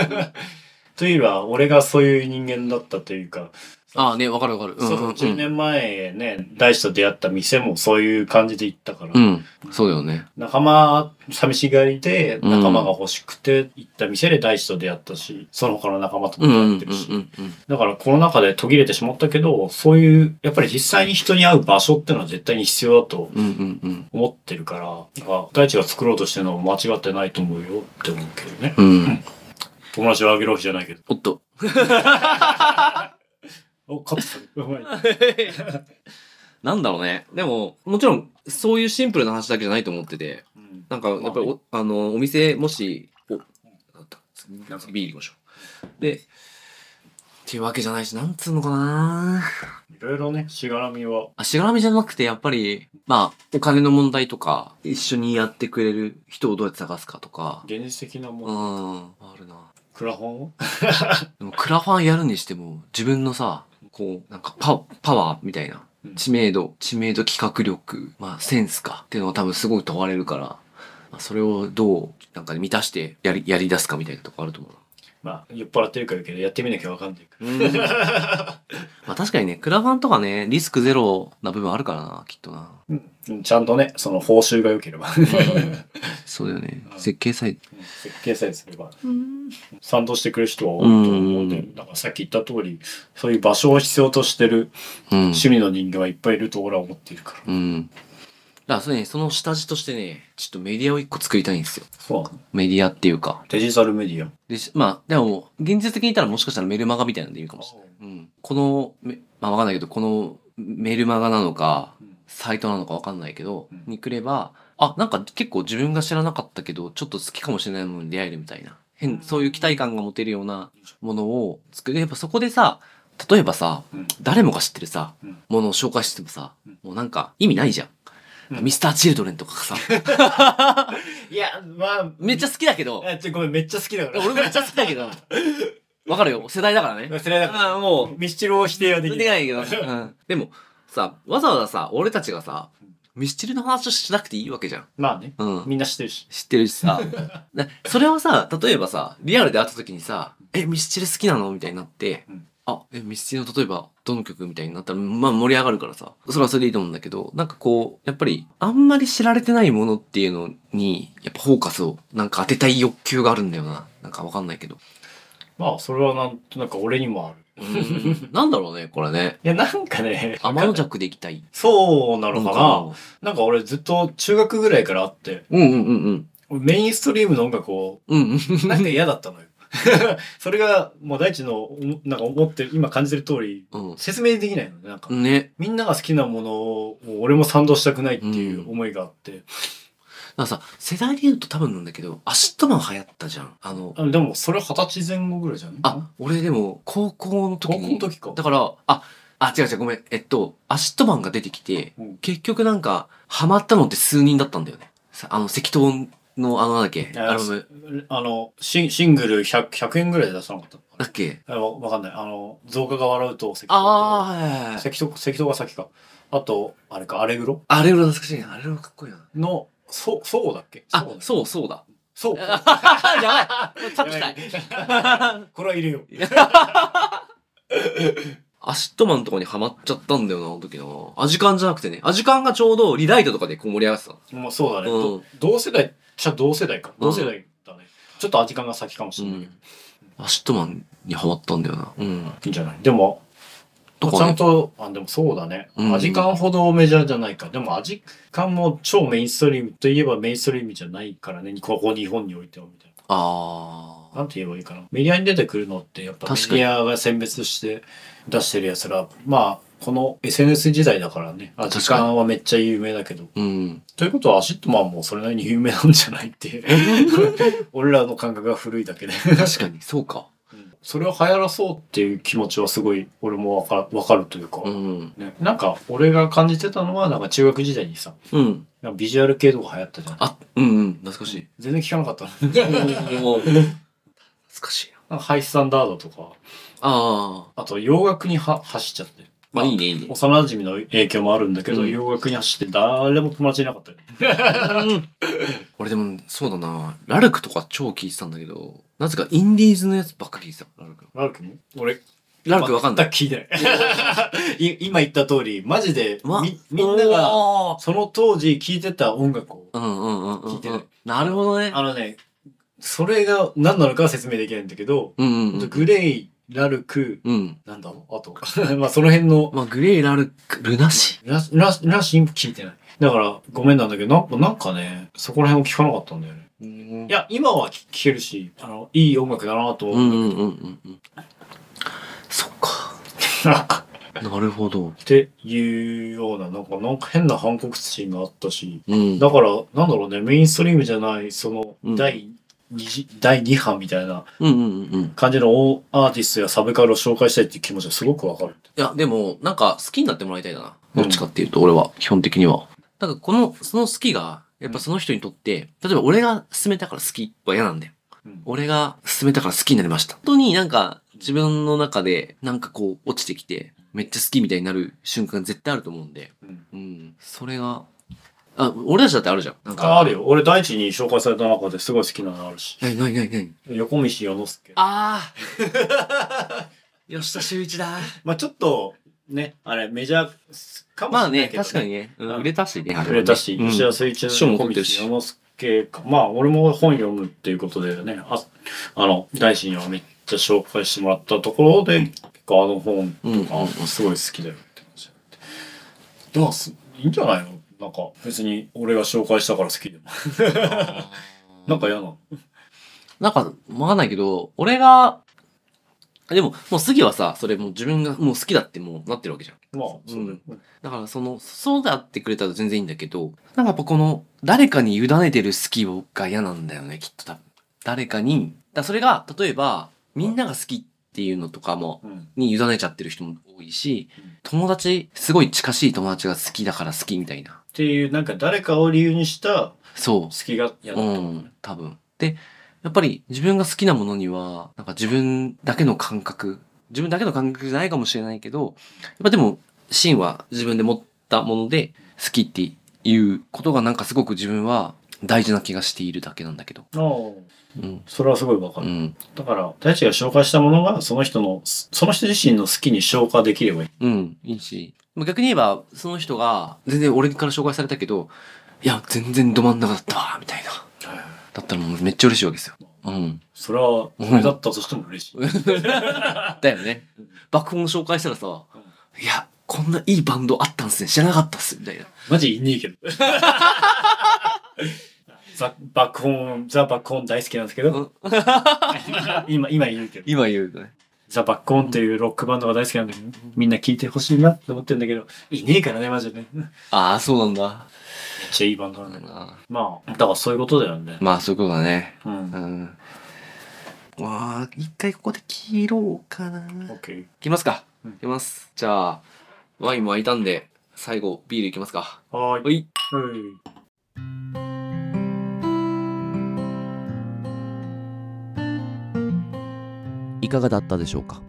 [SPEAKER 2] というよりは俺がそういう人間だったというか、
[SPEAKER 1] ああね、わかるわかる。うん、
[SPEAKER 2] そううん
[SPEAKER 1] うん。
[SPEAKER 2] 10年前ね大志と出会った店もそういう感じで行ったから、
[SPEAKER 1] うん。そうだよね。
[SPEAKER 2] 仲間、寂しがりで、
[SPEAKER 1] うん
[SPEAKER 2] 仲間が欲しくて行った店で大地と出会ったし、その他の仲間と
[SPEAKER 1] う
[SPEAKER 2] も
[SPEAKER 1] んうん
[SPEAKER 2] 出会っ
[SPEAKER 1] うん
[SPEAKER 2] て
[SPEAKER 1] う
[SPEAKER 2] るし。
[SPEAKER 1] んうん。
[SPEAKER 2] だからコロナ禍で途切れてしまったけど、そういう、やっぱり実際に人に会う場所ってのは絶対に必要だと
[SPEAKER 1] うんうんうん。
[SPEAKER 2] 思ってるから、だから大地が作ろうとしてるのは間違ってないと思うよって思うけどね。
[SPEAKER 1] うん。
[SPEAKER 2] 友達をあげるわけじゃないけど。
[SPEAKER 1] おっと。
[SPEAKER 2] お、カットする。うまい。
[SPEAKER 1] なんだろうね。でも、もちろん、そういうシンプルな話だけじゃないと思ってて、
[SPEAKER 2] うん
[SPEAKER 1] なんか、やっぱり
[SPEAKER 2] ま
[SPEAKER 1] お、あの、お店、もし、お、あった。次
[SPEAKER 2] なんか
[SPEAKER 1] ビール行きましょう。で、っていうわけじゃないし、なんつうのかない
[SPEAKER 2] ろいろね、しがらみは。
[SPEAKER 1] あ、しがらみじゃなくて、やっぱり、まあ、お金の問題とか、一緒にやってくれる人をどうやって探すかとか、
[SPEAKER 2] 現実的な
[SPEAKER 1] う
[SPEAKER 2] もん。
[SPEAKER 1] ん、あるな。
[SPEAKER 2] クラホンを
[SPEAKER 1] でも、クラファンやるにしても、自分のさ、こう、なんかパ、パワーみたいな
[SPEAKER 2] うん、
[SPEAKER 1] 知名度、知名度企画力、まあ、センスか、っていうのは多分すごい問われるから、まあ、それをどう、なんかね、満たして、やり、やり出すかみたいなとこあると思うな。
[SPEAKER 2] まあ、酔っ払ってるから言うけど、やってみなきゃわかんないから。
[SPEAKER 1] まあ確かにね、クラファンとかね、リスクゼロな部分あるからな、きっとな。
[SPEAKER 2] うん、ちゃんとね、その報酬が良ければ。
[SPEAKER 1] そうだよね。
[SPEAKER 2] うん
[SPEAKER 1] 設計サイト。
[SPEAKER 2] 設計さえすれば、賛同してくれる人は多いと思うんで、
[SPEAKER 1] うん
[SPEAKER 2] だからさっき言った通り、そういう場所を必要としてる
[SPEAKER 1] うん。
[SPEAKER 2] 趣味の人間はいっぱいいると俺は思っているから。
[SPEAKER 1] うん。だからそれね、その下地としてね、ちょっとメディアを一個作りたいんですよ。
[SPEAKER 2] そうなの
[SPEAKER 1] メディアっていうか。
[SPEAKER 2] デジタルメディア。
[SPEAKER 1] でしまあ、でも、現実的に言ったらもしかしたらメルマガみたいなんでいいかもしれない。うん。この、めまあわかんないけど、このメルマガなのか、サイトなのかわかんないけど、
[SPEAKER 2] うん
[SPEAKER 1] に来れば、あ、なんか結構自分が知らなかったけど、ちょっと好きかもしれないものに出会えるみたいな。変、そういう期待感が持てるようなものを作る。やっぱそこでさ、例えばさ、
[SPEAKER 2] うん
[SPEAKER 1] 誰もが知ってるさ、
[SPEAKER 2] うん
[SPEAKER 1] ものを紹介してもさ、
[SPEAKER 2] うん
[SPEAKER 1] もうなんか意味ないじゃん。
[SPEAKER 2] うん
[SPEAKER 1] ミスター・チルドレンとか さ、
[SPEAKER 2] いや、まあ、
[SPEAKER 1] めっちゃ好きだけど、
[SPEAKER 2] え、ちょ、ごめん、めっちゃ好きだから。
[SPEAKER 1] 俺もめっちゃ好きだけど、わかるよ、世代だからね。
[SPEAKER 2] 忘れなかっ
[SPEAKER 1] あもう
[SPEAKER 2] た。、ミスチルを否定はでき
[SPEAKER 1] でき
[SPEAKER 2] ない。
[SPEAKER 1] ないけど。うん。でも、さ、わざわざさ、俺たちがさ、ミスチルの話をしなくていいわけじゃん。
[SPEAKER 2] まあね、
[SPEAKER 1] うん。
[SPEAKER 2] みんな知ってるし。
[SPEAKER 1] 知ってるしさ。なそれはさ、例えばさ、リアルで会った時にさ、え、ミスチル好きなのみたいになって
[SPEAKER 2] うん、
[SPEAKER 1] あ、え、ミスチルの例えば、どの曲みたいになったら、まあ盛り上がるからさ、それはそれでいいと思うんだけど、なんかこう、やっぱり、あんまり知られてないものっていう のに、やっぱフォーカスを、なんか当てたい欲求があるんだよな。なんかわかんないけど。
[SPEAKER 2] まあ、それはなんとなく俺にもある。
[SPEAKER 1] うんなんだろうね、これね。
[SPEAKER 2] いや、なんかね、
[SPEAKER 1] 天の弱でいきたい。
[SPEAKER 2] そうなのかな。
[SPEAKER 1] のか
[SPEAKER 2] なんか俺ずっと中学ぐらいからあって、
[SPEAKER 1] なうんうんうんうん。
[SPEAKER 2] 俺メインストリームの音楽 を
[SPEAKER 1] うんうん。
[SPEAKER 2] なんか嫌だったのよ。 それが、もう大地のおも、なんか思ってる、今感じてる通り、
[SPEAKER 1] う
[SPEAKER 2] 説明できないのね、なんか。
[SPEAKER 1] ん。ね。
[SPEAKER 2] みんなが好きなものを、俺も賛同したくないっていう思いがあって。
[SPEAKER 1] なんかさ、世代で言うと多分なんだけど、アシットマン流行ったじゃん。あの、
[SPEAKER 2] あでも、それ二十歳前後ぐらいじゃない
[SPEAKER 1] あ、、俺でも、高校の時
[SPEAKER 2] 高校
[SPEAKER 1] に
[SPEAKER 2] の、時か。
[SPEAKER 1] だから、あ、あ、違う違う、ごめん。えっと、アシットマンが出てきて、
[SPEAKER 2] うん
[SPEAKER 1] 結局なんか、ハマったのって数人だったんだよね。さあの、赤灯の、あの、なんだっけ、
[SPEAKER 2] あ
[SPEAKER 1] アルバム、
[SPEAKER 2] あのシン、シングル 100, 100円ぐらいで出さなかったのか
[SPEAKER 1] だっけ
[SPEAKER 2] なあわわかんない。あの、増加が笑うと赤
[SPEAKER 1] ああー、はいはいはい。
[SPEAKER 2] 赤赤道が先か。あと、あれか、アレグロ
[SPEAKER 1] あれも懐かしいな。あれもかっこいいな。
[SPEAKER 2] の、そう、そうだっけ
[SPEAKER 1] あ
[SPEAKER 2] うだ、ね
[SPEAKER 1] そうそうだ。
[SPEAKER 2] そう。
[SPEAKER 1] やばいタップしたい。
[SPEAKER 2] これは入れよう。
[SPEAKER 1] アシットマンとかにハマっちゃったんだよな、あの時の。アジカンじゃなくてね。アジカンがちょうどリライトとかでこう盛り上がってたの。
[SPEAKER 2] まあそうだね。
[SPEAKER 1] うん
[SPEAKER 2] ど同世代じゃ同世代か。
[SPEAKER 1] うん
[SPEAKER 2] 同世代だね。ちょっと時間が先かもしれないけど。
[SPEAKER 1] アシットマンにハマったんだよな。うん。
[SPEAKER 2] いいんじゃないでも、
[SPEAKER 1] と
[SPEAKER 2] ち
[SPEAKER 1] か
[SPEAKER 2] ゃん
[SPEAKER 1] ね。
[SPEAKER 2] と、あ、でもそうだね。
[SPEAKER 1] うん
[SPEAKER 2] アジカンほどメジャーじゃないか。でもアジカンも超メインストリームといえばメインストリームじゃないからね。ここ日本においてはみたい
[SPEAKER 1] あ
[SPEAKER 2] な。なんて言えばいいかな。メディアに出てくるのってやっぱメデ
[SPEAKER 1] 確かに
[SPEAKER 2] ィアが選別して出してるやつら、まあ、この SNS 時代だからね。アジカンはめっちゃ有名だけど。
[SPEAKER 1] ー。うん。
[SPEAKER 2] ということはアシットマンもそれなりに有名なんじゃないっていう 俺らの感覚が古いだけで
[SPEAKER 1] 確かに、そうか。
[SPEAKER 2] それを流行らそうっていう気持ちはすごい俺もわかわかるというか、
[SPEAKER 1] うん。
[SPEAKER 2] ね、なんか俺が感じてたのはなんか中学時代にさ
[SPEAKER 1] うん。
[SPEAKER 2] なんかビジュアル系とか流行ったじゃん
[SPEAKER 1] あ、うんうん。懐かしい。
[SPEAKER 2] 全然聞かなかったの
[SPEAKER 1] 懐かしいな。
[SPEAKER 2] なんかハイスタンダードとか
[SPEAKER 1] ああ。
[SPEAKER 2] あと洋楽には走っちゃって
[SPEAKER 1] まあいいね、いいね。
[SPEAKER 2] 幼馴染の影響もあるんだけど、
[SPEAKER 1] うん
[SPEAKER 2] 洋楽に走って誰も友達いなかったよね
[SPEAKER 1] 俺でも、そうだな。ラルクとか超聞いてたんだけど、なぜかインディーズのやつばっかり聞いてた。ラルク。
[SPEAKER 2] ラルクも俺
[SPEAKER 1] ラルクわかんない。
[SPEAKER 2] 全く聞いてない い今言った通りマジでみ,、
[SPEAKER 1] ま
[SPEAKER 2] みんなが
[SPEAKER 1] おー
[SPEAKER 2] その当時聴いてた音楽を。
[SPEAKER 1] うんうんうんうんうん。
[SPEAKER 2] 聞いてない
[SPEAKER 1] なるほどね。
[SPEAKER 2] あのね、それが何なのかは説明できないんだけど、
[SPEAKER 1] うんうんうん。
[SPEAKER 2] グレイ、ラルク、
[SPEAKER 1] うん。
[SPEAKER 2] なんだろう、あと、 まあその辺の、
[SPEAKER 1] まあ、グレイ、ラルク、ルナシ。
[SPEAKER 2] ラシ、ラシ、ラシン聞いてない。だから、ごめんなんだけど、なんかなんかね、そこら辺を聞かなかったんだよね。
[SPEAKER 1] うん
[SPEAKER 2] いや、今は聞聞けるし、あの、いい音楽だなと
[SPEAKER 1] う
[SPEAKER 2] 思う。
[SPEAKER 1] んうんうんうん。そっか。なるほど。
[SPEAKER 2] っていうような、なんか、なんか変な反骨心があったし、
[SPEAKER 1] うん。
[SPEAKER 2] だから、なんだろうね、メインストリームじゃない、その、
[SPEAKER 1] うん
[SPEAKER 2] 第二次、第2波みたいな
[SPEAKER 1] うんうんうんうん。い
[SPEAKER 2] 感じのアーティストやサブカルを紹介したいっていう気持ちはすごくわかる。
[SPEAKER 1] や、でも、なんか好きになってもらいたいだな。
[SPEAKER 2] うん
[SPEAKER 1] どっちかっていうと、俺は、基本的には。だから、この、その好きが、やっぱその人にとって、例えば俺が勧めたから好きは嫌なんだよ。
[SPEAKER 2] うん
[SPEAKER 1] 俺が勧めたから好きになりました。本当になんか自分の中でなんかこう落ちてきてめっちゃ好きみたいになる瞬間絶対あると思うんで。
[SPEAKER 2] うん
[SPEAKER 1] うん。それが、あ、俺たちだってあるじゃん。なんか。
[SPEAKER 2] ああるよ。俺、大地に紹介された中ですごい好きなのあるし。
[SPEAKER 1] なになになになに
[SPEAKER 2] 横道世之助。
[SPEAKER 1] あ あ吉田修一だ。
[SPEAKER 2] まあちょっと、ね、あれ、メジャーかもし
[SPEAKER 1] まあ
[SPEAKER 2] れない
[SPEAKER 1] ね、
[SPEAKER 2] けど、
[SPEAKER 1] 確かに。ね。う
[SPEAKER 2] うん
[SPEAKER 1] ん売れたしね、あはね
[SPEAKER 2] 売れたし、
[SPEAKER 1] うん
[SPEAKER 2] 吉田水中
[SPEAKER 1] 賞
[SPEAKER 2] の
[SPEAKER 1] も
[SPEAKER 2] 横
[SPEAKER 1] 取ってる
[SPEAKER 2] 道
[SPEAKER 1] し
[SPEAKER 2] 世之助か。まあ、俺も本読むっていうことでね、ああの、大地にはめっちゃ紹介してもらったところで、結構あの本
[SPEAKER 1] うん。
[SPEAKER 2] あすごい好きだよって話になってでもすいいんじゃないのなんか別に俺が紹介したから好きでもなんか嫌なの
[SPEAKER 1] なんか、わかんないけど、俺が、でも、もう杉はさ、それもう自分がもう好きだってもうなってるわけじゃん。
[SPEAKER 2] まあそうだよ、
[SPEAKER 1] だからその、そうであってくれたら全然いいんだけど、なんかやっぱこの、誰かに委ねてる好きをが嫌なんだよね、きっと多分。誰かに、だからそれが、例えば、みんなが好きっていうのとかも、
[SPEAKER 2] うん
[SPEAKER 1] に委ねちゃってる人も多いし
[SPEAKER 2] うん、
[SPEAKER 1] 友達、すごい近しい友達が好きだから好きみたいな。
[SPEAKER 2] っていうなんか誰かを理由にした
[SPEAKER 1] そ
[SPEAKER 2] 好きが嫌
[SPEAKER 1] う。
[SPEAKER 2] だ
[SPEAKER 1] う
[SPEAKER 2] った、
[SPEAKER 1] ん、多分。で、やっぱり自分が好きなものには、なんか自分だけの感覚、自分だけの感覚じゃないかもしれないけど、やっぱでも、シンは自分で持ったもので好きっていうことがなんかすごく自分は大事な気がしているだけなんだけど。
[SPEAKER 2] ああ
[SPEAKER 1] うん。
[SPEAKER 2] それはすごいわか
[SPEAKER 1] う
[SPEAKER 2] る、
[SPEAKER 1] ん。
[SPEAKER 2] だから大地が紹介したものがその人のその人自身の好きに消化できればいい
[SPEAKER 1] うん、いいし。まあ逆に言えば、その人が、全然俺から紹介されたけど、いや、全然ど真ん中だったわ、みたいな。だったらもうめっちゃ嬉しいわけですよ。うん。
[SPEAKER 2] それは、俺だったとしても嬉しい。
[SPEAKER 1] だよね。爆音紹介したらさ、いや、こんないいバンドあったんすね。知らなかったっす。みたいな。
[SPEAKER 2] マジいねえけど。 ザ・バックホーン、ザ・バックホーン大好きなんですけど、 今、今言うけど、
[SPEAKER 1] 今言うとね。
[SPEAKER 2] ザ・バックホーンっていうロックバンドが大好きなんだけど、みんな聴いてほしいなって思ってるんだけど、いねえからね、マジでね。めっ
[SPEAKER 1] ああ、そうなんだ。
[SPEAKER 2] ちゃいいバンドなんだけど。まあ、だからそういうことだよね。
[SPEAKER 1] まあ、そういうことだね。
[SPEAKER 2] う。
[SPEAKER 1] うんん。わあ、一回ここで切ろうかな。
[SPEAKER 2] オッケー。
[SPEAKER 1] いきますか。
[SPEAKER 2] うん
[SPEAKER 1] いきます。じゃあ、ワインも空いたんで、最後、ビールいきますか。
[SPEAKER 2] はーい。
[SPEAKER 1] はい。
[SPEAKER 2] うん
[SPEAKER 3] いかがだったでしょうか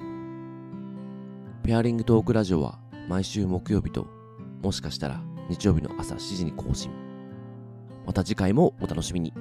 [SPEAKER 3] ペアリングトークラジオは毎週木曜日ともしかしたら日曜日の朝7時に更新また次回もお楽しみに